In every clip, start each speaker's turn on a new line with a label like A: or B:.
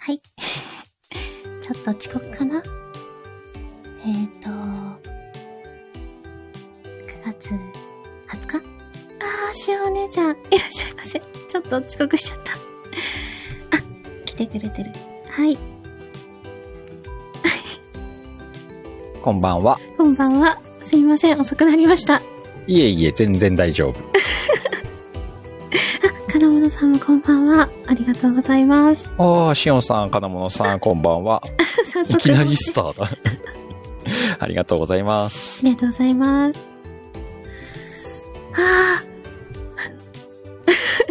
A: はい。 ちょっと遅刻かなえっ、ー、と、9月20日あー、しおお姉ちゃん、いらっしゃいませ。ちょっと遅刻しちゃった。あ、来てくれてる。はい、
B: こんばんは。
A: こんばんは。すいません、遅くなりました。あ、
B: いえいえ、全然大丈夫。
A: 金物さんもこんばんは。ありがとうございます。
B: ああ、しおんさん、金物さん、こんばん は。
A: 早
B: い
A: 速。
B: きなりスターだ。 ありがとうございます。
A: ありがとうございます。あ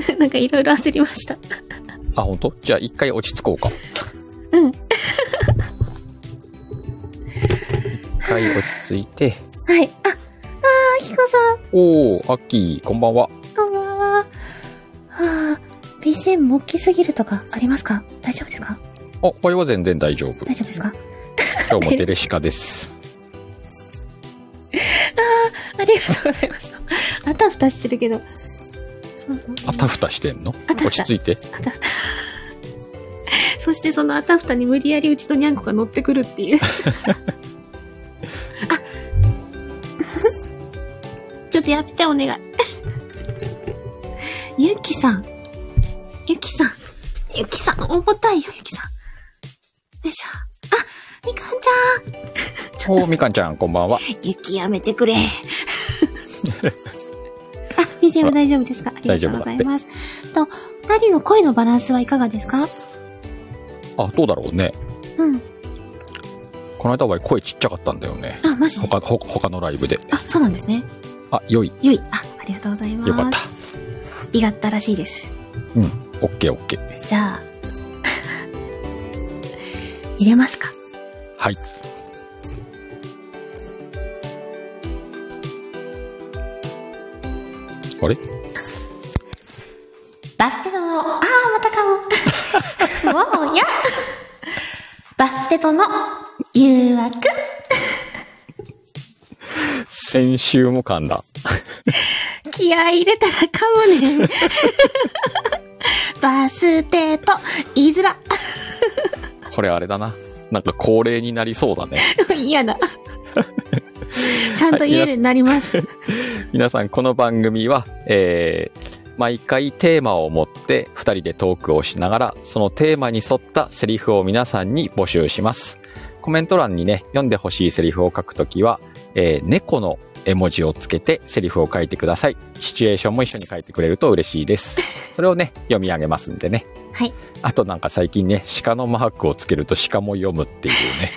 A: あ。 なんかいろいろ焦りました。
B: あ、本当？じゃあ一回落ち着こうか。
A: うん。
B: 一回落ち着いて。
A: はい。あ、あー、ひこさん、
B: おー、アッキー、こんばんは。
A: こんばんは。あー、BGM も大きすぎるとかありますか大丈夫ですか
B: あ、これは全然大丈夫。
A: 大丈夫ですか
B: 今日もデレシカ です。
A: ありがとうございます。 あたふたしてるけど。そうそう
B: あたふたしてんの
A: あたふた
B: 落ち着いて。
A: あたふた。そしてそのあたふたに無理やりうちのにゃんこが乗ってくるって いう。あちょっとやめてお願い。ゆきさん。ゆきさん。ゆきさん、重たいよ、ゆきさん。よいしょ。あ、みかんち
B: おー、みかんちゃん、こんばんは。
A: ゃん。ゆきやめてく れ。あ、BGM 大丈夫ですかありがとうございます。と、二人の声のバランスはいかがですか
B: あ、どうだろうね。
A: うん。
B: この間は声ちっちゃかったんだよね。
A: あ、マジで
B: 他、ほ他のライブで。
A: あ、そうなんですね。
B: あ、良い。
A: よい。あ、ありがとうございます。
B: よかった。
A: いがったらしいです。
B: うん。オッケーオッケー。
A: じゃあ、 入れますか。
B: はい。あれ
A: バステドの、あー、また 買おう。もう、やバステドの誘惑。
B: 先週も噛んだ。
A: 気合い入れたら噛むね ん。バステと言いづら。
B: これあれだな。なんか恒例になりそうだね。
A: 嫌 だ。ちゃんと言えるようになります。
B: 皆さん、この番組は、えー毎回テーマを持って2人でトークをしながら、そのテーマに沿ったセリフを皆さんに募集します。コメント欄にね、読んでほしいセリフを書くときは、えー猫の絵文字をつけてセリフを書いてください。シチュエーションも一緒に書いてくれると嬉し いです。それをね、読み上げますんでね。
A: はい。
B: あとなんか最近ね、鹿のマークをつけると鹿も読むっていうね。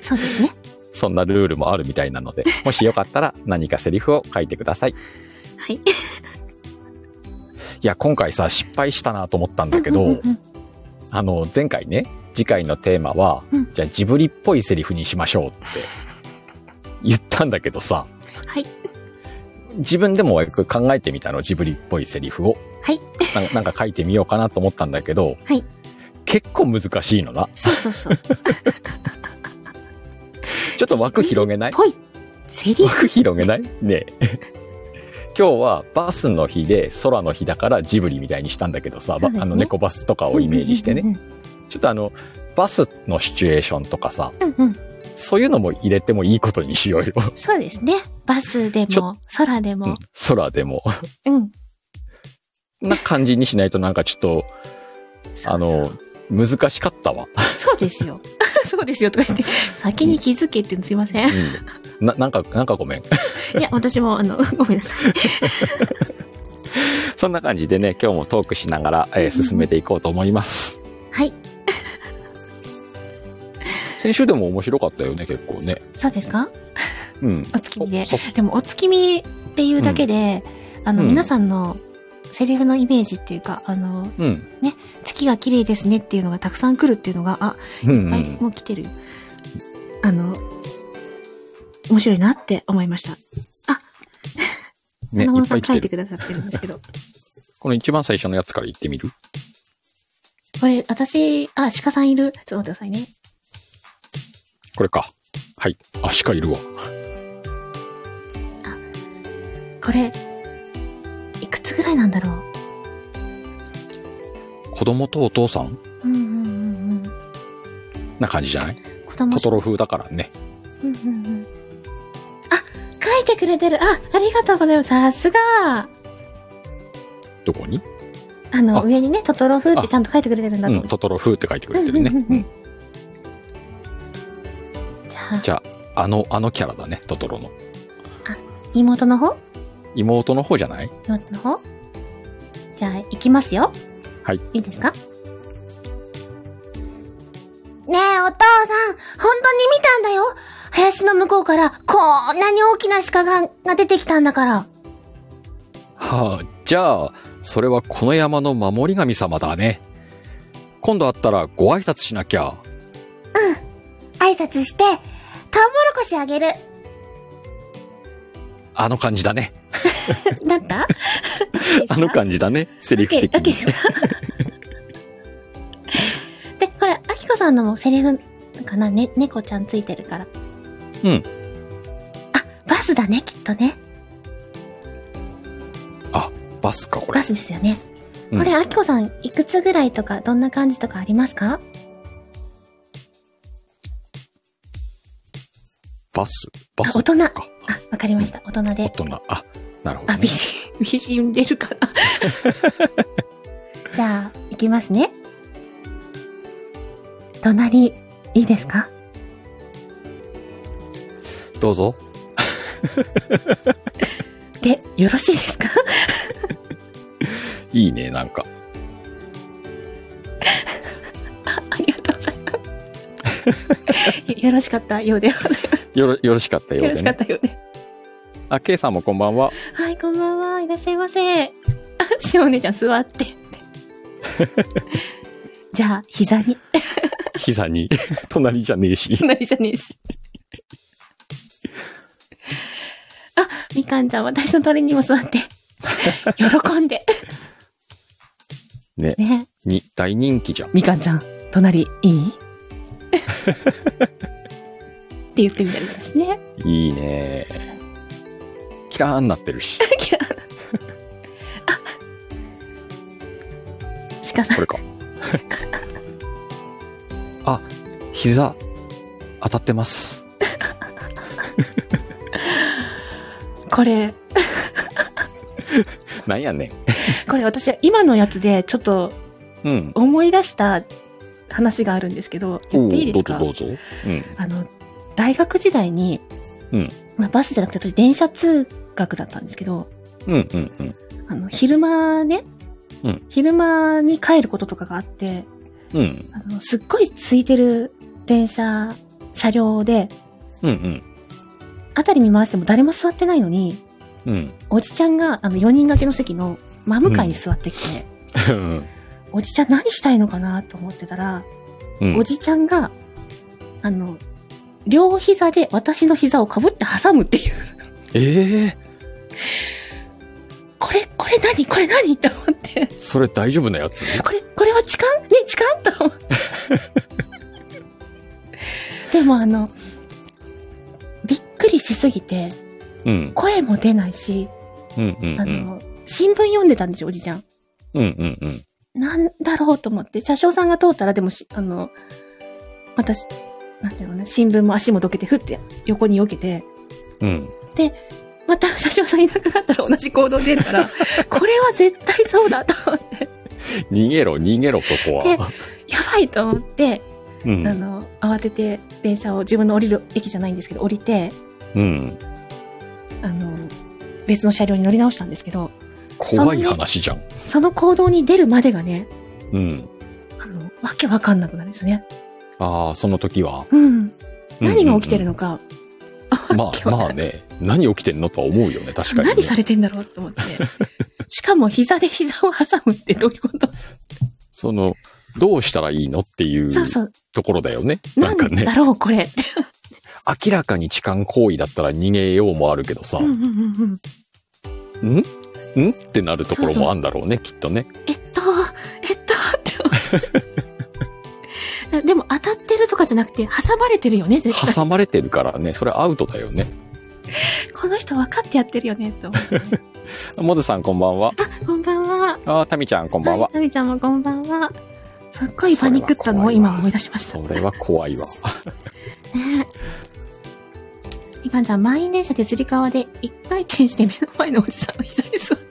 A: そうですね。
B: そんなルールもあるみたいなので、もしよかったら何かセリフを書いてください。い
A: はい。
B: や、今回さ、失敗したなと思ったんだけ
A: うんうん
B: ど、
A: うん
B: あの、前回ね、次回のテーマは、
A: うん
B: じゃあジブリっぽいセリフにしましょうって言ったんだけどさ、
A: はい。
B: 自分でもよく考えてみたの、ジブリっぽいセリフを。
A: はい。
B: なん かなんか書いてみようかなと思ったんだけど、
A: はい
B: 結構難しいのな。
A: そうそうそう。
B: ちょっと枠広げない
A: ぽい。セリフ。
B: 枠広げないねえ今日はバスの日で空の日だからジブリみたいにしたんだけどさ、ば
A: そうですね
B: あの猫バスと かをイメージしてね。ちょっとあのバスのシチュエーションとかさ
A: うんうん。
B: そういうのも入れてもいいことにしよう よ、
A: そうですね。バスで
B: ち
A: も、空で
B: うん
A: も、
B: 空でも
A: うん。
B: な感じにしないとなんかちょっとあの難しかったわ、
A: そうですよ。 そうですよとか言って、先に気づけってすいま せん。
B: うん、ななんかなんかごめん
A: いや、私も、あの、ごめんなさい。
B: そんな感じでね今日もトークしながら、えー進めていこうと思います
A: はい。
B: 先週でも面白かったよね結構ね
A: そうですか
B: うん
A: お月見で
B: そ。
A: でも、お月見っていうだけで、あの、
B: うん
A: 皆さんの、セリフのイメージっていうか、あの、
B: うん
A: 月が綺麗ですねっていうのがたくさん来るっていうのが、あ、
B: うん、う
A: はい、
B: ん、
A: もう来てるよ。あの、面白いなって思いました。
B: ねい
A: 花
B: っ
A: 丸
B: ぱ
A: さ
B: い
A: ん
B: 来
A: 書
B: て
A: い
B: る
A: てくださってるんですけど。
B: この一番最初のやつから言ってみる
A: これ、私、あ、鹿さんいる。ちょっと待ってくださいね。
B: これか。はい。あ、鹿いるわ。
A: これ、いくつぐらいなんだろ
B: 子供とお父さん
A: う。うん。
B: な感じじゃない
A: 子供
B: トト
A: 書
B: ロ風だからね。
A: うんうんうん。あ、書いてくれてる。あ、ありがとうございます。さすが。
B: どこに
A: あの、
B: あ
A: 上にね、トトロ風ってちゃんと書いてくれてるんだ
B: う
A: と思っ
B: ん、
A: て。
B: トトロ風って書いてくれてるね
A: うんうん。う
B: うん
A: うん
B: ん
A: じゃあ、
B: じゃあ、あの、あのキャラだね、トトロの。
A: 妹の方
B: 妹の方じゃない
A: 妹の方じゃあ、行きますよ。
B: はい。
A: いいですかねえ、お父さん、本当に見たんだよ。林の向こうから、こんなに大きな鹿がが出てきたんだから。
B: はあ、じゃあ、それはこの山の守り神様だね。今度会ったらご挨拶しなきゃ。
A: 挨拶して、トウモロコシあげる。
B: あの感じだね。
A: だった
B: あの感じだね。セ
A: オ
B: リ
A: ッケ
B: フ
A: ー
B: 的
A: オッケーで
B: に。
A: すか で、これ、アキコさんのもセリフかなね、猫ちゃんついてるから。
B: うん。
A: あ、バスだね、きっとね。
B: バスか、これ
A: バ。スですよね。
B: うん
A: これ、アキコさん、いくつぐらいとか、どんな感じとかありますか
B: バス。
A: あ
B: バ、ス
A: 大。人。あ
B: か、
A: わかりました。大人
B: 大
A: で。
B: 人。あ、なるほど、
A: あ、
B: ね
A: 美。 人、美人出るかな。じゃあ、いきますね。隣、いいですか
B: どうぞ。
A: で、よろしいですか
B: いいね、なんか。
A: あありがとうございます。 よよろしかったようでございます。
B: よろよろしかったよう
A: よ
B: で、
A: ろし
B: ね。
A: かったようで。
B: あ、ケイさんもこんばんは。
A: はい、こんばんは。いらっしゃいませ。あ、しお姉ちゃん座って。 じゃあ、膝に。
B: 膝に。 隣じゃねえし。
A: 隣じゃねえし。あ、みかんちゃん、私の隣にも座 って。喜んで。
B: ね
A: ね。
B: に、大人気じゃん。
A: みかんちゃん、隣いいって言ってみたりとかしてね。
B: いいね。キラーンなってるし。
A: 鹿さん
B: こ、れか。あ、膝、当たってます。
A: これ、
B: なんやね
A: これ私は今のやつでちょっと
B: ん。うん。
A: 思い出した話があるんですけど、言っていいですか
B: おうどうぞどうぞ。うん。
A: あの、大学時代に、
B: うん
A: まあ、バスじゃなくて私電車通学だったんですけど、
B: うんうんうん。
A: あの、昼間ね、
B: うん
A: 昼間に帰ることとかがあって、
B: うん。
A: あの、すっごい空いてる電車、車両で、
B: うんうん。
A: あたり見回しても誰も座ってないのに、
B: うん。
A: おじちゃんが、あの、4人掛けの席の真向かいに座ってきて、
B: うん。
A: おじちゃん何したいのかなと思ってたら、
B: うん
A: おじちゃんが、あの、両膝で私の膝をかぶって挟むっていう。
B: ええ
A: これ、これ何これ何って思って。
B: それ大丈夫なやつ
A: これ、これは痴漢ね、痴漢と思 って。でもあの、びっくりしすぎて、
B: うん。
A: 声も出ないし、
B: うんうんう
A: あ
B: ん。
A: の、新聞読んでたんですよ、おじちゃん。
B: うんうんうん。
A: なんだろうと思って、車掌さんが通ったら、でもし、あの、私、なんていうのね、新聞も足もどけて、ふって横に避けて、
B: うん。
A: また車掌さんいなくなったら同じ行動出る から、これは絶対そうだと思って、
B: 逃げろ、逃げろ、そこは。
A: やばいと思って、
B: う
A: あ
B: ん。
A: の、慌てて電車を自分の降りる駅じゃないんですけど、降りて、
B: うん。
A: あの、別の車両に乗り直したんですけど、
B: 怖い話じゃん。
A: その行動に出るまでがね、
B: うん。
A: あの、わけわかんなくなるんですよね。
B: ああ、その時は。
A: うん。何が起きてる
B: の
A: のか、
B: まあ、まあね。何起きてんのとは思うよね、確かにね。
A: 何されてんだろうと思 って。しかも膝で膝を挟むってどういうこと
B: その、どうしたらいいのっていう
A: そうそう。
B: ところだよね。な
A: なんん
B: かね、
A: だろうこれ。
B: 明らかに痴漢行為だったら逃げようもあるけどさ、
A: うんうんうんうん。
B: んんってなるところもあんだろうね、きっとね。
A: えっと、えっと、 って。でも当たってるとかじゃなくて、挟まれてるよね、絶対。
B: 挟まれてるからね、それアウトだよね。
A: この人分かってやってるよね、と思って。
B: モズさんこんばんは。
A: こんばんは。
B: あー、タミちゃんこんばんは。
A: い、タミちゃんもこんばんは。すっごいパニックったのを今思い出しました。
B: それは怖いわ。
A: ねえ。みかんちゃん、満員電車でつり革で一回転して目の前のおじさんの膝に座って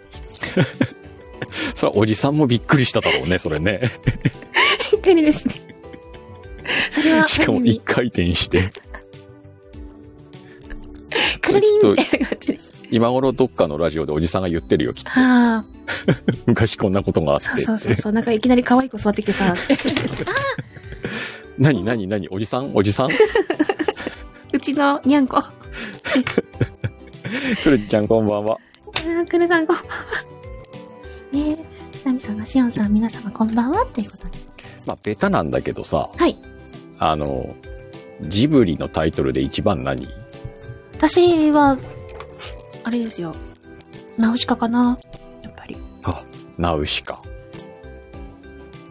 B: それはおじさんもびっくりしただろうね、それね。
A: ぴったりですね。それは、
B: しかも
A: ある意
B: 一
A: 味
B: 回転して。
A: くるりんみたいな感じで。
B: 今頃どっかのラジオでおじさんが言ってるよ、きっと
A: ああ、
B: 昔こんなことがあって。
A: そうそうそうそう。なんかいきなり可愛い子座ってきてさ、
B: 何何何おじさんおじさん
A: うちのにゃんこ。あ
B: くるちゃんこんばんは。
A: ーくるさんこんばんは。ねえ、ナミさんがしおんさん、皆様こんばんはということで。
B: まあ、ベタなんだけどさ、
A: はい。
B: あの、ジブリのタイトルで一番何
A: 私は、あれですよ。ナウシカかなやっぱり。
B: ナウシカ。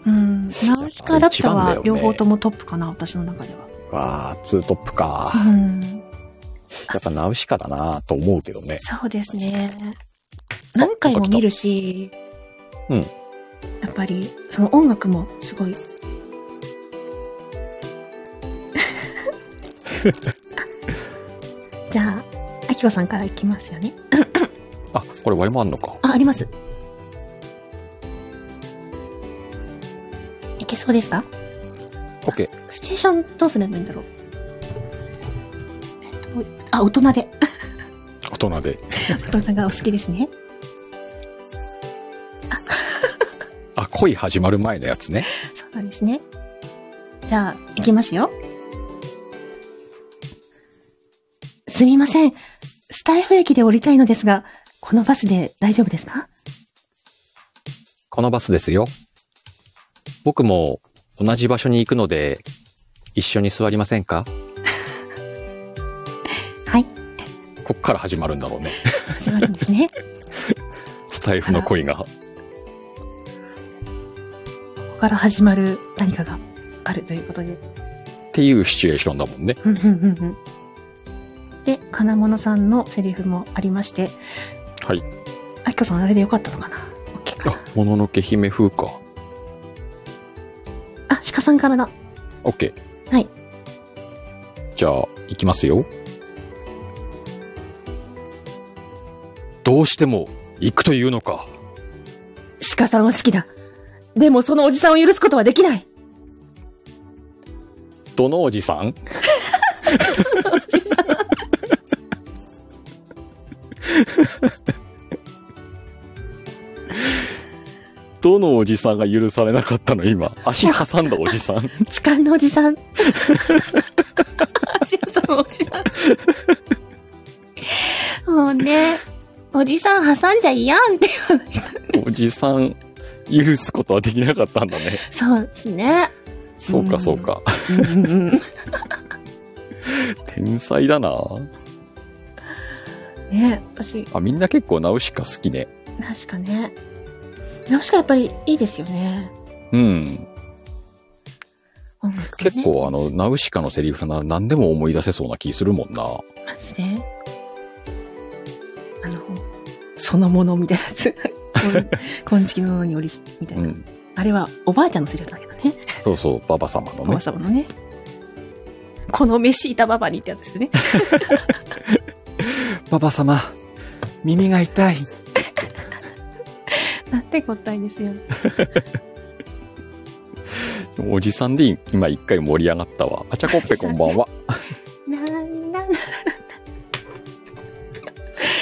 A: うん。ナウシカ、ラピュタは両方ともトップかな、私の中では。
B: わあ、ツートップ
A: う
B: か。
A: ん。
B: やっぱナウシカだなと思うけどね。
A: そうですね。何回も見るし、
B: うん
A: やっぱり、その音楽もすごい。 じゃあ、あきこさんからいきますよね。
B: あ、これ割りもあんのか。
A: あ、あります。いけそうですか
B: オッケー。
A: シチュエーションどうすればいいんだろう。えっと、あ、大人で。
B: 大人で。
A: 大人がお好きですね。
B: あ、恋始まる前のやつね。
A: そうなんですね。じゃあ、いきますよ。すみません。スタイフ駅で降りたいのですが、このバスで大丈夫ですか
B: このバスですよ。僕も同じ場所に行くので、一緒に座りませんか
A: はい。
B: こっから始まるんだろうね。
A: 始まるんですね。
B: スタイフの恋が。
A: ここから始まる何かがあるということで。
B: っていうシチュエーションだもんね。
A: うんうんうんうん。 で、金物さんのセリフもありまして、
B: はい。
A: あきこさんあれでよかったのかな ?OK か
B: あ
A: な、
B: もののけ姫風か。
A: あ、鹿さんからだ。
B: OK。
A: はい。
B: じゃあ、行きますよ。どうしても行くというのか。
A: 鹿さんは好きだ。でもそのおじさんを許すことはでき ない。
B: どのおじさ んどのおじさんが許されなかったの今。足挟んだおじさ ん。
A: 痴漢のおじさん。 足挟むおじさ ん。もうね、おじさん挟んじゃいやんって。
B: おじさん、許すことはできなかったんだね。
A: そうです ね。
B: そうか、そうか。天才だな
A: ね私、
B: あ、みんな結構ナウシカ好きね。
A: 確かね。ナウシカやっぱりいいですよね。
B: うん。
A: 音楽、ね、
B: 結構あの、ナウシカのセリフな何でも思い出せそうな気するもんな。
A: マジであの、そのものみたいなや つ。今月のようにおり、みたいうな。
B: ん。
A: あれはおばあちゃんのセリフだけどね。
B: そうそう、ババ様の
A: おば
B: ね
A: あ。様のね。この飯いたばばにってやつ ですね。
B: ババ様、耳が痛い。
A: なんて答えですよ。
B: おじさんで今一回盛り上がったわ。あちゃこっぺこんば んは。
A: なんなん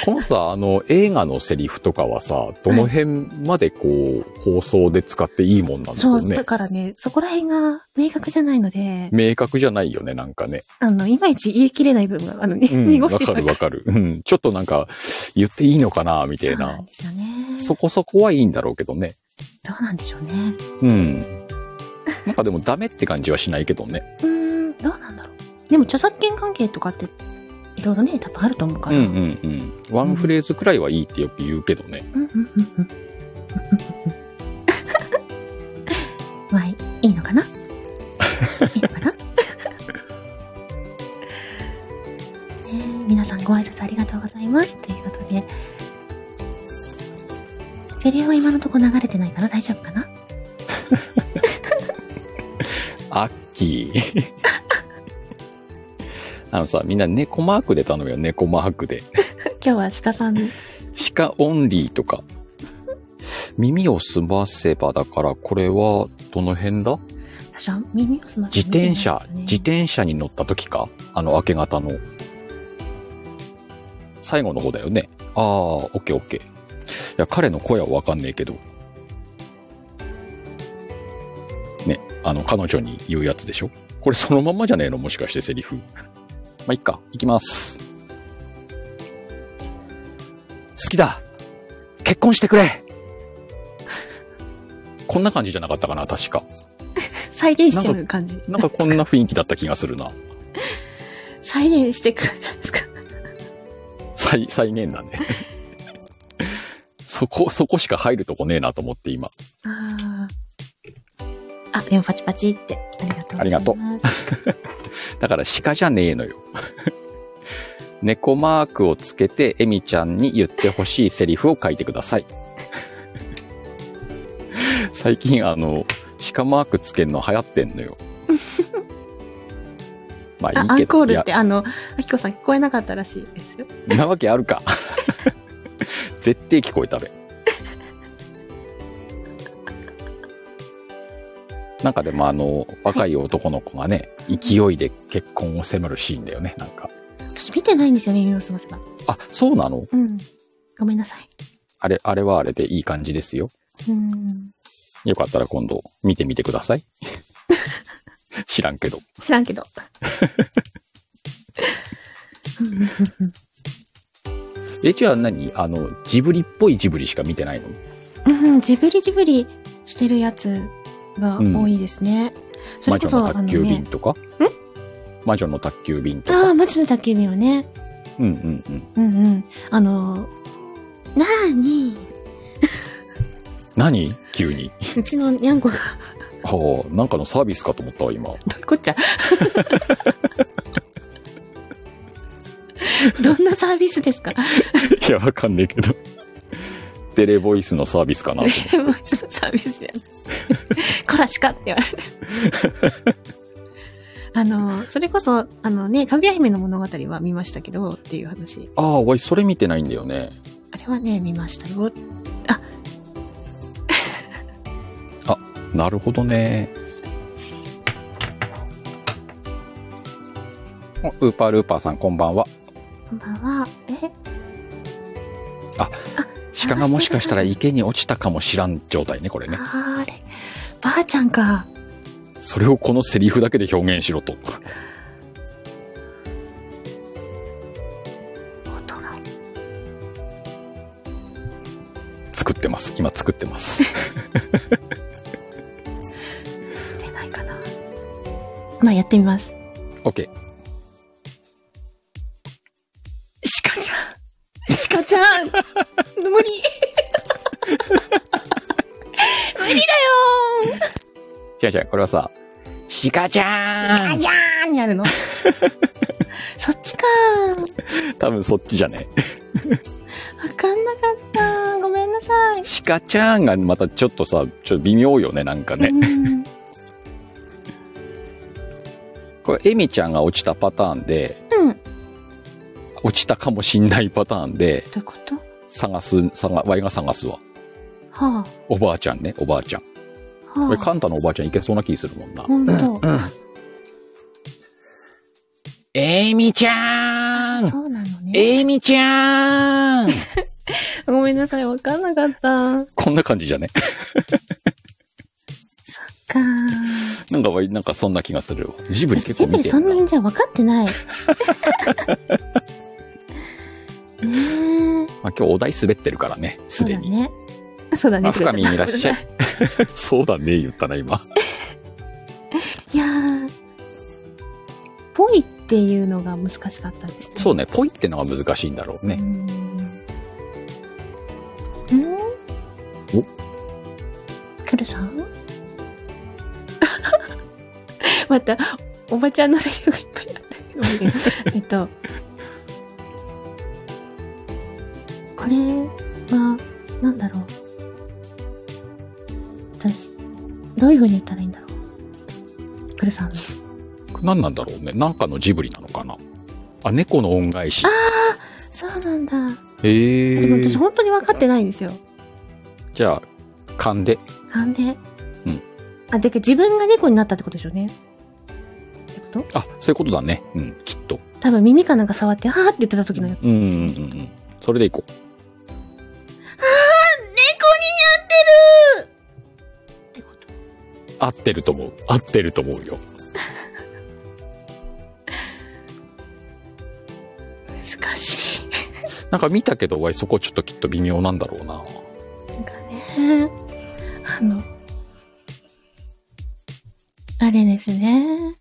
B: このさ、あの、映画のセリフとかはさ、どの辺までこう、放送で使っていいもんなんだろ
A: そうう、だ
B: ね。
A: からね、そこら辺が明確じゃないので、
B: 明確じゃないよね、なんかね。
A: あの、いまいち言い切れない部分が、あのね、
B: うん、
A: 濁
B: わ
A: して
B: か
A: る
B: るわかる。うん、ちょっとなんか、言っていいのかな、みた
A: そう
B: い
A: な。
B: なん
A: ですよね。
B: そこそこはいいんだろうけどね。
A: どうなんでしょうね。
B: うん。なんかでもダメって感じはしないけどね。
A: うーん、どうなんだろう。でも著作権関係とかって、いろいろね、多分あると思うか
B: うん
A: ら。
B: うんうん。ワンフレーズくらいはいいってよく言うけどね。
A: うんうんうんうん。 まあ、いいのかないいのかな ねえ皆さんご挨拶ありがとうございます。ということで、フェレは今のところ流れてないかな大丈夫かな
B: キー。 あのさ、みんな猫マークで頼むよ、猫マークで。
A: 今日は鹿さんに。
B: 鹿オンリーとか。耳をすませばだから、これはどの辺だ
A: 私は耳をすませ
B: 自
A: て見てないん
B: 転
A: ですよ
B: 車、
A: ね
B: 自転車に乗った時かあの明け方の。最後の方だよね。ああ、オッケーオッケー。いや、彼の声はわかんねえけど。ね、あの、彼女に言うやつでしょこれそのまんまじゃねえのもしかしてセリフ。まあ、いっか。いきます。好きだ結婚してくれこんな感じじゃなかったかな、確か。
A: 再現しちゃう感じ。
B: なんかこんな雰囲気だった気がするな。
A: 再現してくるんじゃないですか。
B: 再、 再現だね。そこ、そこしか入るとこねえなと思って今。
A: ああ。あ、でもパチパチって。ありがとうございます。
B: ありがとうだから鹿じゃねえのよ。 猫マークをつけてエミちゃんに言ってほしいセリフを書いてください。 最近あの、鹿マークつけんの流行ってん のよ。まあいいけ
A: あ
B: ど。
A: アンコール
B: いや
A: って、あの、あきこさん聞こえなかったらしいですよ。
B: なわけあるか。 絶対聞こえたべ。なんかでもあの、若い男の子がね、勢いで結婚を迫るシーンだよね、なんか。
A: 私見てないんですよ、耳をすませば。
B: あ、そうなの
A: うん。ごめんなさい。
B: あれ、あれはあれでいい感じですよ。
A: うん。
B: よかったら今度見てみてください。 知らんけど。
A: 知らん けど。
B: え、じゃあ何あの、ジブリっぽいジブリしか見てないの
A: うん、ジブリジブリしてるやつが多いですね。そ
B: 魔
A: れこ
B: 女
A: そ、
B: の
A: あの
B: 宅急便
A: ね、
B: とか、魔女の宅急便と
A: あ
B: か。
A: あ、マジの宅急便はね、
B: うんうんうん。
A: うんうん。あの、なーに、
B: 何急に。
A: うちのにゃんこが、
B: はあ、なんかのサービスかと思ったわ、今。
A: どう いうこっちゃ。どんなサービスですか
B: いや、わかんねえけど。テレボイスのサービスかなと思って
A: もうちょっとサービスじゃない。 こらしかって言われて。 あの、それこそ、あのね、かぐや姫の物語は見ましたけど、っていう話。
B: ああ、わい、それ見てないんだよね。
A: あれはね、見ましたよ。
B: なるほどね。おウーパールーパーさん、こんばんは。
A: こんばんは。え
B: 鹿がもしかしたら池に落ちたかもしらん状態ね、これね。
A: あれ。ばあちゃんか。
B: それをこのセリフだけで表現しろと。
A: 音が。
B: 作ってます。今作って ます。
A: 出ないかな。まあ、やってみます。
B: OK。
A: 鹿ちゃん。鹿ちゃん。無理。無理だよ
B: じゃあじゃあ、これはさ、鹿ちゃ
A: あ
B: ーん
A: やーんになるの。そっちか
B: 多分そっちじゃね。
A: ー。わかんなかった。ごめんなさい。
B: 鹿ちゃーんがまたちょっとさ、ちょっと微妙よね、なんかね。
A: うん
B: これ、エミちゃんが落ちたパターンで、
A: うん。ど
B: 落ちたかもしんないパターンで、
A: ういうこと
B: 探す、探、ワイが探すわ。
A: は
B: おばあちゃんね、おばあちゃん。
A: あ。
B: これ、
A: はあ。
B: カンタのおばあちゃんいけそうな気するもんな。
A: ほんと。
B: エミちゃーん
A: そうなのね。
B: エミ ちゃーん
A: ごめんなさい。わかんなかった。
B: こんな感じじゃね
A: か
B: なんかワイ、なんかそんな気がするわ。ジブリ結
A: セ
B: 構
A: ブ
B: 見
A: リ
B: て
A: そ
B: る
A: んな
B: な。
A: にじゃ分かって ない。ねえ。
B: まあ、今日お題滑ってるからね、す
A: そう
B: で
A: だ
B: に。
A: ね。そうだね。
B: あ、深見いらっしゃい
A: い。。
B: そうだね、言ったな、今。
A: いやー。ぽいっていうのが難しかったですね。
B: そうね、ポイってのが難しいんだろう
A: う
B: ね。
A: ん。うん
B: お
A: くるさ んまた、おばちゃんのセリフがいっぱいあったけど えっと、これは、なんだろう。私、どういう風に言ったらいいんだろう。プルさんの。
B: 何なんだろうね。なんかのジブリなのかな。あ、猫の恩返し
A: あ。そうなんだ。
B: へ
A: でも
B: え
A: 私。本当に分かってないんですよ。
B: じゃあ、噛んで。
A: 勘で。
B: うん。
A: あ、で、自分が猫になったってことでしょうね。ってこと
B: あ、そういうことだね。うん、きっと。
A: 多分耳かなんか触って、あーって言ってた時のやつ。
B: うんうんうんうん。それでいこう。
A: 猫に似合ってるってこと
B: 合ってると思う。合ってると思うよ。
A: 難しい。
B: なんか見たけど、おい、そこちょっときっと微妙なんだろうな。
A: なんかね、あの、あれですね。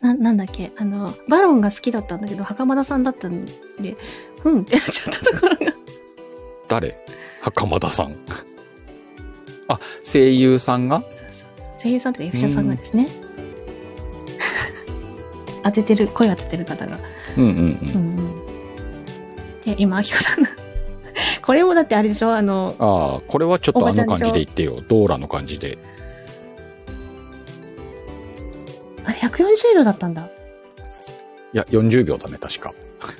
A: な、なんだっけ、あの、バロンが好きだったんだけど、袴田さんだったんで、うんってなっちゃったところが。
B: 誰袴田さん。 あ、声優さんが
A: 声優さんとか役者さんがですね。 当ててる、声当ててる方が。
B: うんうんうん
A: う。んうん。で、今、あきこさんが。 これもだってあれでしょあの、
B: ああ、これはちょっ
A: お
B: とあ
A: ばちゃ
B: の
A: んで
B: 感
A: し
B: じ
A: ょ
B: で言ってよ。ドーラの感じで。
A: あれ140秒だったんだ。
B: いや、40秒だね、確か。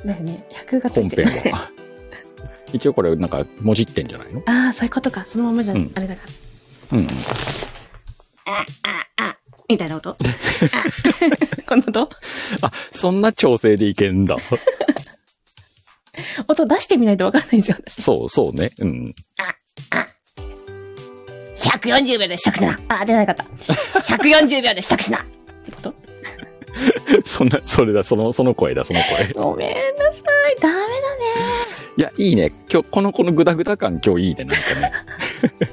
A: だよね。100がつ
B: 本
A: いて
B: 編
A: る。
B: は。 一応これ、なんか、もじってんじゃないの
A: ああ、そういうことか。そのままじゃ、
B: うん
A: あれだから。
B: うんうん。
A: あ、あ、みたいな音。あ この音
B: あ、そんな調整でいけんだ。
A: 音出してみないとわかんないんですよ、私。
B: そう、そうね。うん。
A: 140秒で支度しなあ、出なかった。140秒で支度しなってこと
B: そんな、それだ、その、その声だ、その声。
A: ごめんなさい。ダメだね。
B: いや、いいね。今日、この、このグダグダ感、今日いいね、なんか ね。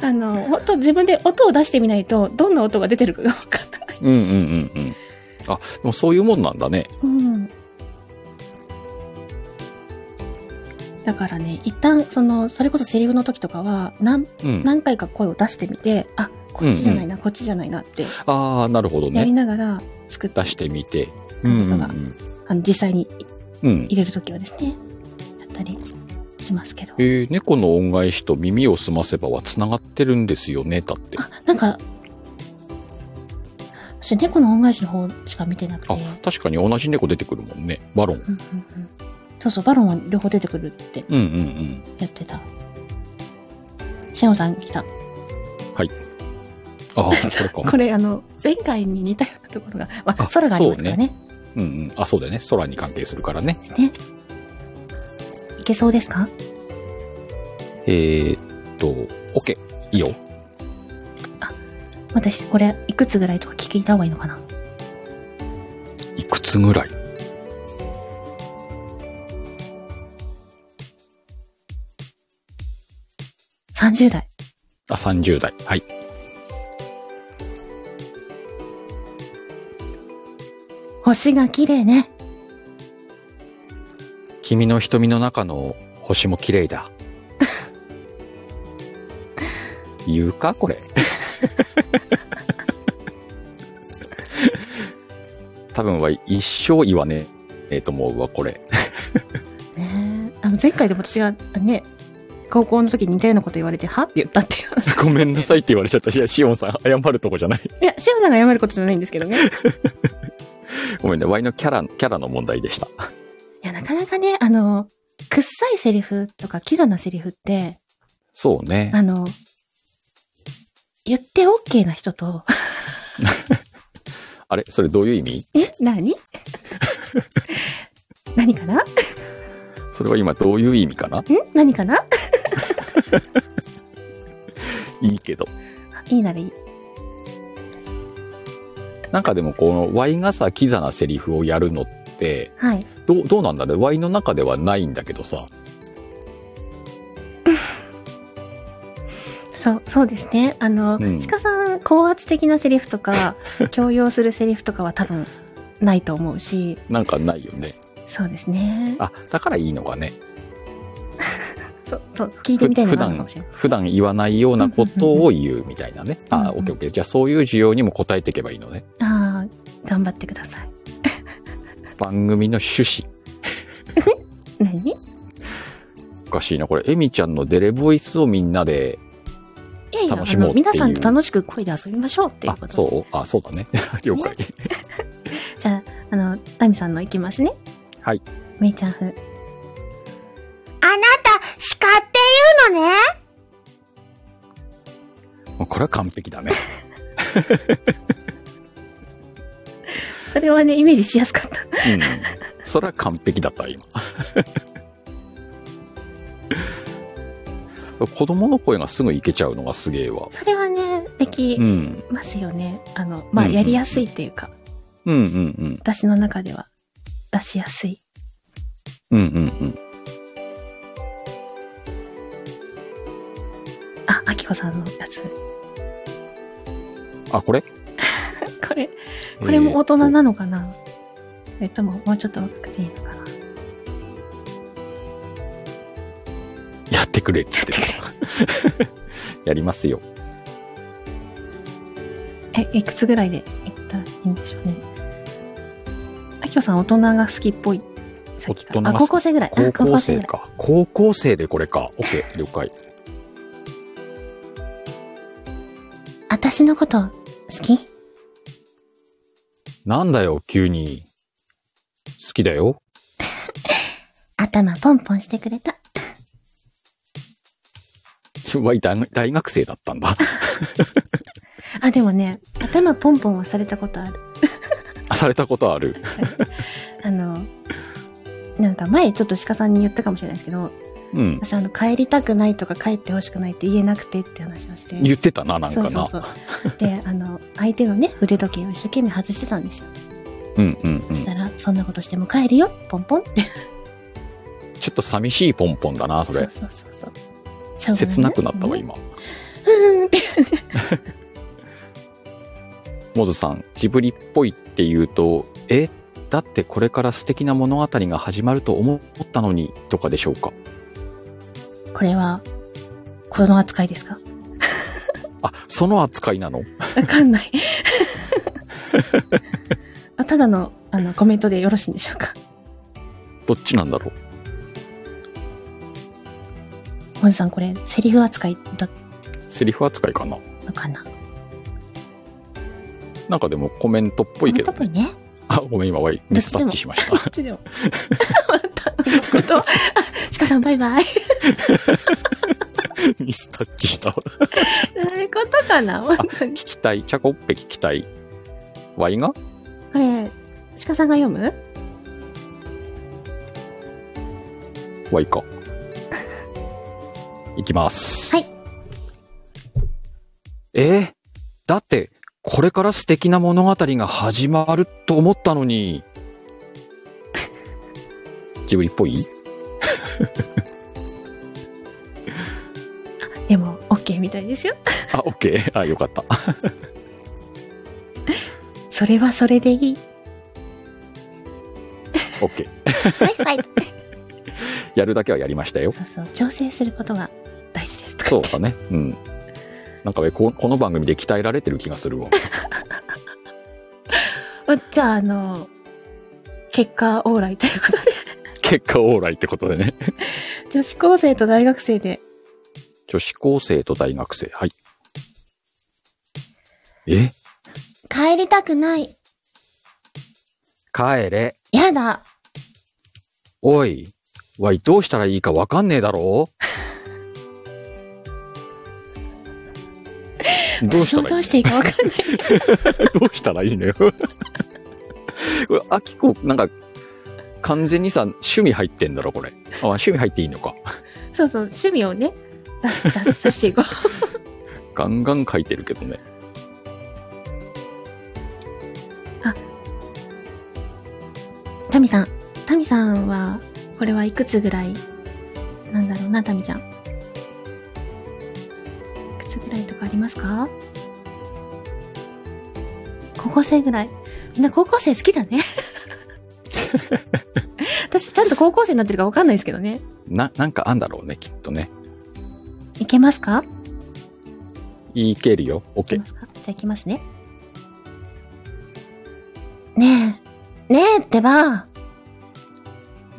A: あの、本当自分で音を出してみないと、どんな音が出てるかがわかんない。
B: うんうんうんうん。あ、でもそういうもんなんだね。
A: うん。だからね、一旦、その、それこそセリフの時とかは、何、
B: うん。
A: 何回か声を出してみて、あ、こっちじゃないな、こっちじゃないなって、
B: ああ、なるほど
A: やり
B: ね。
A: ながら作って、
B: 出してみて。
A: う
B: う
A: んん
B: う
A: うんんう
B: う
A: んん。あの、実際に
B: うん。
A: 入れるときはですね、やったりしますけど。
B: えー猫の恩返しと耳を澄ませばは繋がってるんですよね、だって。
A: あ、なんか、私猫の恩返しの方しか見てなくて、
B: あ
A: うんうん、
B: 確かに同じ猫出てくるもんね。バロン。
A: うんそうそう、バロンは両方出てくるって
B: うんうんうん。
A: やってた。シェオさん来た。
B: ああ、 これか。
A: これあの、前回に似たようなところが、まあ
B: あ
A: 空がありますからね。
B: うんうん。あ、そうだよね。空に関係するからね。
A: ねいけそうですか
B: えー、っと、OK。いいよ。
A: 私、これ、いくつぐらいとか聞いた方がいいのかない
B: くつぐらい
A: 30代。
B: あ、30代。はい。
A: 星が綺麗ね。
B: 君の瞳の中の星も綺麗だ。 言うかこれ。 多分は一生言わねえと思うわ、これ。
A: ねえあの前回でも私がね高校の時に似たようなこと言われてはって言ったっていう 話
B: ごめんなさいって言われちゃ った。いや、シオンさん、謝るとこじゃない。
A: いやシムさんが謝ることじゃないんですけどねい
B: ごめんね、ワイのキャラ、キャラの問題でした。
A: やなかなかねあのくっさいセリフとかキザなセリフって
B: そうね。
A: あの言って OK な人と
B: あれそれどういう意味
A: え何 何かなん
B: それは今どういう意味かな
A: 何かない
B: いけど。
A: いいならいい
B: なんかでもこのワイがさ、キザなセリフをやるのって、
A: はい
B: どう、どうなんだろうワイの中ではないんだけどさ。
A: そうそうですねあの、
B: うん
A: 鹿さん高圧的なセリフと か強要するセリフとかは多分ないと思うし
B: なんかないよね。
A: そうですね
B: あ、だからいいのかね。
A: そう、そう、聞いてみたいな
B: ふ
A: のが
B: 普
A: あるか
B: 段
A: もしれない。
B: 普段言わないようなことを言うみたいなね。
A: うんうんうん
B: あ、オッケーオッケー。じゃあそういう需要にも応えていけばいいのね。
A: ああ、頑張ってください。
B: 番組の趣旨。
A: 何い
B: おかしいな。これ、エミちゃんのデレボイスをみんなで
A: やいや
B: 楽しもう
A: あの
B: っていう
A: 皆さんと楽しく恋で遊びましょうっていうこと
B: あ、
A: で
B: そうあ、そうだね。 了解。
A: じゃあ、あの、ダミさんのいきますね。
B: はい。
A: めいちゃん風。
C: あなた、鹿って言うのね
B: もうこれは完璧だね。
A: それはね、イメージしやすかった。
B: うん。それは完璧だった、今。 子供の声がすぐいけちゃうのがすげえわ。
A: それはね、でき
B: うん。
A: ますよね。あの、まあ、
B: うん
A: やりやすいっていうか、
B: うんうんうん。
A: 私の中では出しやすい。
B: うんうんうん。
A: あ、あきこさんのやつ。
B: あ、これ
A: これ、これも大人なのかな、えっと、ももうちょっと若くていいのかな
B: えーとやってくれっつって。やりますよ。
A: え、いくつぐらいでいったらいいんでしょうね。あきこさん、大人が好きっぽい。さっきから。
B: 大人が
A: あ、
B: 好き
A: 高校生ぐらい。あ
B: 高校生
A: ぐらい。
B: か。高校生でこれか。OK、了解。
A: 私のこと、好き
B: なんだよ、急に。好きだよ。
A: 頭ポンポンしてくれた。
B: わい大大学生だった んだ。
A: あ、でもね、頭ポンポンはされたことある。
B: あされたことある。
A: あの、なんか前ちょっと鹿さんに言ったかもしれないですけど、
B: うん。
A: 私あの、帰りたくないとか帰ってほしくないって言えなくてって話をして。
B: 言ってたな、なん
A: そ
B: か
A: う
B: な。
A: そうそう。で、あの、相手のね、腕時計を一生懸命外してたんですよ。
B: うんうんうん。
A: そし
B: ちょ
A: たら、そんなことしても帰るよ、ポンポンって。
B: っと寂しいポンポンだな、それ。
A: そうそうそうそう。
B: 切なくなったわ、
A: 今。
B: 今。
A: うんうんって。
B: モズさん、ジブリっぽいって言うと、え、だってこれから素敵な物語が始まると思ったのに、とかでしょうか。
A: これは、この扱いですか
B: あ、その扱いなの
A: わかんない。 あただの、あの、コメントでよろしいんでしょうか
B: どっちなんだろう
A: モズさん、これ、セリフ扱いだっ
B: セリフ扱いかな
A: たのかな
B: なんかでもコメントっぽいけど
A: 本当。っぽいね。
B: あ、ごめん、今、ワイ、ミスタッチしました。
A: こっちでも。 また、こと。鹿さん、バイバイ。
B: ミスタッチした。
A: そういうことかな本当に。
B: 期待、チャコッペキ期待。ワイが
A: これ、鹿さんが読む
B: ワイか。 いきます。
A: はい。
B: えーだって、これから素敵な物語が始まると思ったのに。 ジブリっぽい
A: でも、OK みたいですよ。
B: あ、オッケー。あ、よかった。
A: それはそれでいい。
B: オッケー。
C: ナイスファイト。
B: やるだけはやりましたよ。
A: そうそう。調整することが大事ですとか
B: そ
A: 言
B: う
A: って。
B: だね。うん。なんかねここの番組で鍛えられてる気がする わ。
A: あじゃあ、あの、結果オーライということで。
B: 結果オーライってことでね。
A: 女子高生と大学生で。
B: 女子高生と大学生。はい。え
C: 帰りたくない。
B: 帰れ。
C: やだ。
B: おい。わい、どうしたらいいかわかんねえだ ろうどう
A: 私
B: した
A: も
B: ら
A: ど
B: いうい
A: していいかわかんない。
B: どうしたらいいのよ。こ れ、あきこ、なんか、完全にさ、趣味入ってんだろ、これ。あ、趣味入っていいのか。
A: そうそう、趣味をね、出す、出す、さしていこう。
B: ガンガン書いてるけどね。
A: タミさん。タミさんは、これはいくつぐらいなんだろうな、タミちゃん。いくつぐらいとかありますか高校生ぐらい。みんな高校生好き だね。私ちゃんと高校生になってるかわかんないですけどね。
B: な、なんかあんだろうね、きっとね。
A: いけますか
B: いけるよ。オ
A: い
B: ッ
A: け
B: ケー
A: ますかじゃあいきますね。
C: ねえ。ねえってば。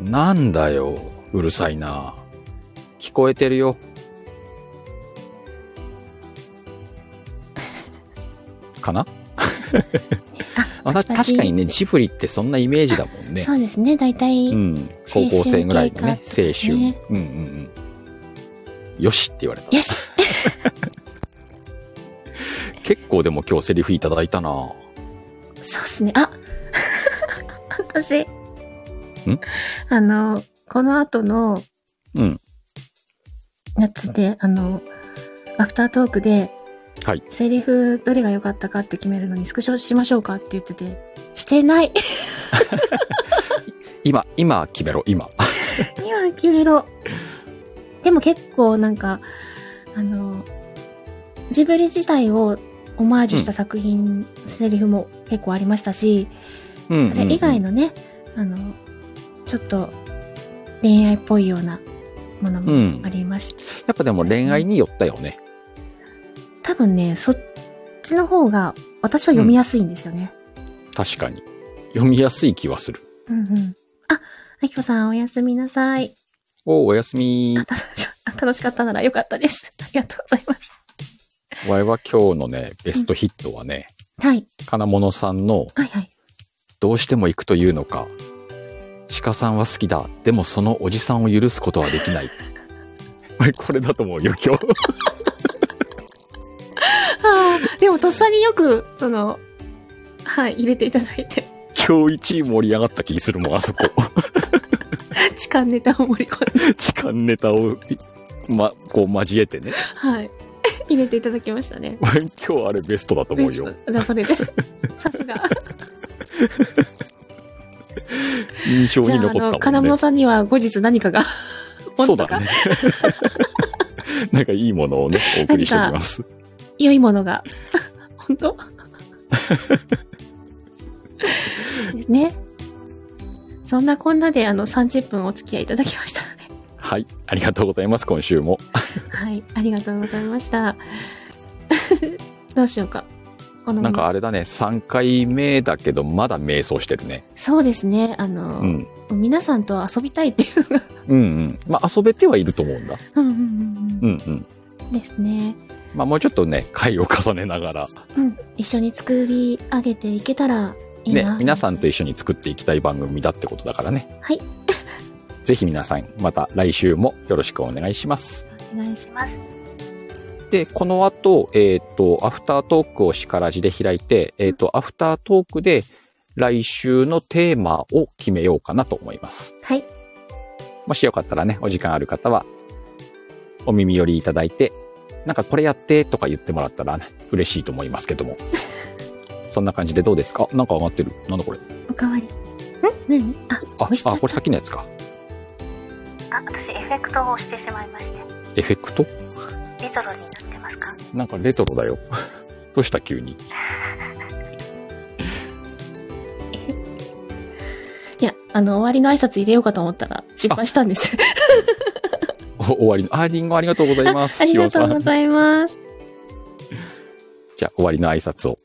B: なんだよ、うるさいな。聞こえてるよ。かな
A: あ
B: あな確かにね、ジブリってそんなイメージだもんね
A: そ。うですね、大体、
B: うん。高校生ぐらいのね、青
A: 青春系
B: 春。
A: か
B: うんうんうん。よしって言われた。
A: よし
B: 結構でも今日セリフいただいたな
A: そうっすね。あ 私。んあの、この後の
B: うん。
A: やつで、あの、アフタートークで、
B: はい。
A: セリフどれが良かったかって決めるのにスクショしましょうかって言ってて、してない。
B: 今、今決めろ、 今。
A: 今決めろ。でも結構なんか、あの、ジブリ自体をオマージュした作品、セリフも結構ありましたし、
B: うんうんうん
A: それ以外。のね、あの、ちょっと恋愛っぽいようなもの
B: うん
A: もありました。
B: やっぱでも恋愛に寄ったよね。
A: 多分ね、そっちの方が私は読みやすいんですよね。
B: 確かに。読みやすい気はする。
A: うん、うん、あ、あきこさんおやすみなさい。
B: おお、おやすみ
A: あ。楽し あ楽しかったならよかったです。 ありがとうございます。
B: わいは今日のね、ベストヒットはね、
A: はい、
B: 金物さんの
A: はい、はい。
B: どうしても行くというのか、鹿さんは好きだ。でもそのおじさんを許すことはできない。はいこれだと思うよ、今日。
A: ああ、でもとっさによく、その、はい、入れていただいて、
B: 今日一位盛り上がった気するもん、あそこ。
A: 痴漢ネタを盛り込んで、
B: 時間ネタを、ま、こう交えてね。
A: はい、 入れていただきましたね。
B: 今日あれベストだと思うよ。
A: じゃあそれ で、さすが。
B: 印象
A: じゃ
B: に
A: あ、あの、
B: 残ったも
A: 金
B: んね
A: 物。さんには後日何かが、
B: そう
A: 本当
B: だ
A: か、
B: ね。 なんかいいものをね、お送りしております。
A: 良いものが、 本 当ね。そんなこんなで、あの、30分お付き合いいただきましたので
B: はい。ありがとうございます、今週も。
A: はい、ありがとうございました。 どうしようか。この
B: なんかあれだね、3回目だけど、まだ迷走してるね。
A: そうですね。あの、
B: うん。
A: 皆さんと遊びたいっていう。
B: うんうん。まあ、遊べてはいると思 うんだ。
A: うんうんうん
B: うんうん。
A: うんですね。
B: まあ、もうちょっとね、回を重ねながら、
A: うん。一緒に作り上げていけたらいい
B: ね
A: な。、
B: 皆さんと一緒に作っていきたい番組だってことだからね。
A: はい。
B: ぜひ皆さん、また来週もよろしくお願いします。
A: お願いします。
B: で、この後、えっ、と、アフタートークをしからじで開いて、えっ、と、アフタートークで来週のテーマを決めようかなと思います。
A: はい。
B: もしよかったらね、お時間ある方は、お耳寄りいただいて、なんかこれやってとか言ってもらったらね、嬉しいと思いますけども。 そんな感じでどうですかなんか上がってる。なんだこれ。
A: おかわり。ん何あ、
B: あ、
A: 押しちゃった
B: あ、これ先のやつか。
C: あ、私エフェクトを押してしまいまして、
B: エフェクト
C: レトロになってますか
B: なんかレトロだよ。 どうした急に。
A: いや、あの、終わりの挨拶入れようかと思ったら失敗したんです。
B: お終わりの、あ、リンゴありがとうございま す。
A: ありがとう
B: しおさ
A: ご
B: ん
A: ざいます。
B: じゃあ終わりの挨拶を。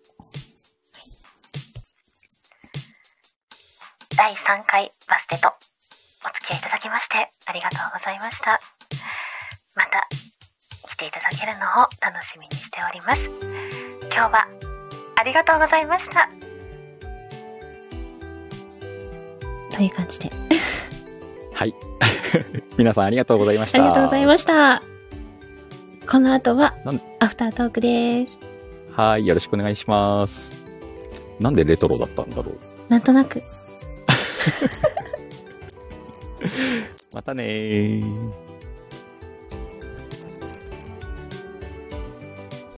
C: 第3回バステとお付き合いいただきましてありがとうございましたまた来ていただけるのを楽しみにしております今日はありがとうございました
A: という感じで。
B: はい。 皆さんありがとうございまし
A: あ
B: た。
A: りがとうございました。この後は
B: なん、
A: アフタートークです。
B: す。はい、よろしくお願いします。なんでレトロだったんだろう。
A: なんとなく。
B: またねー。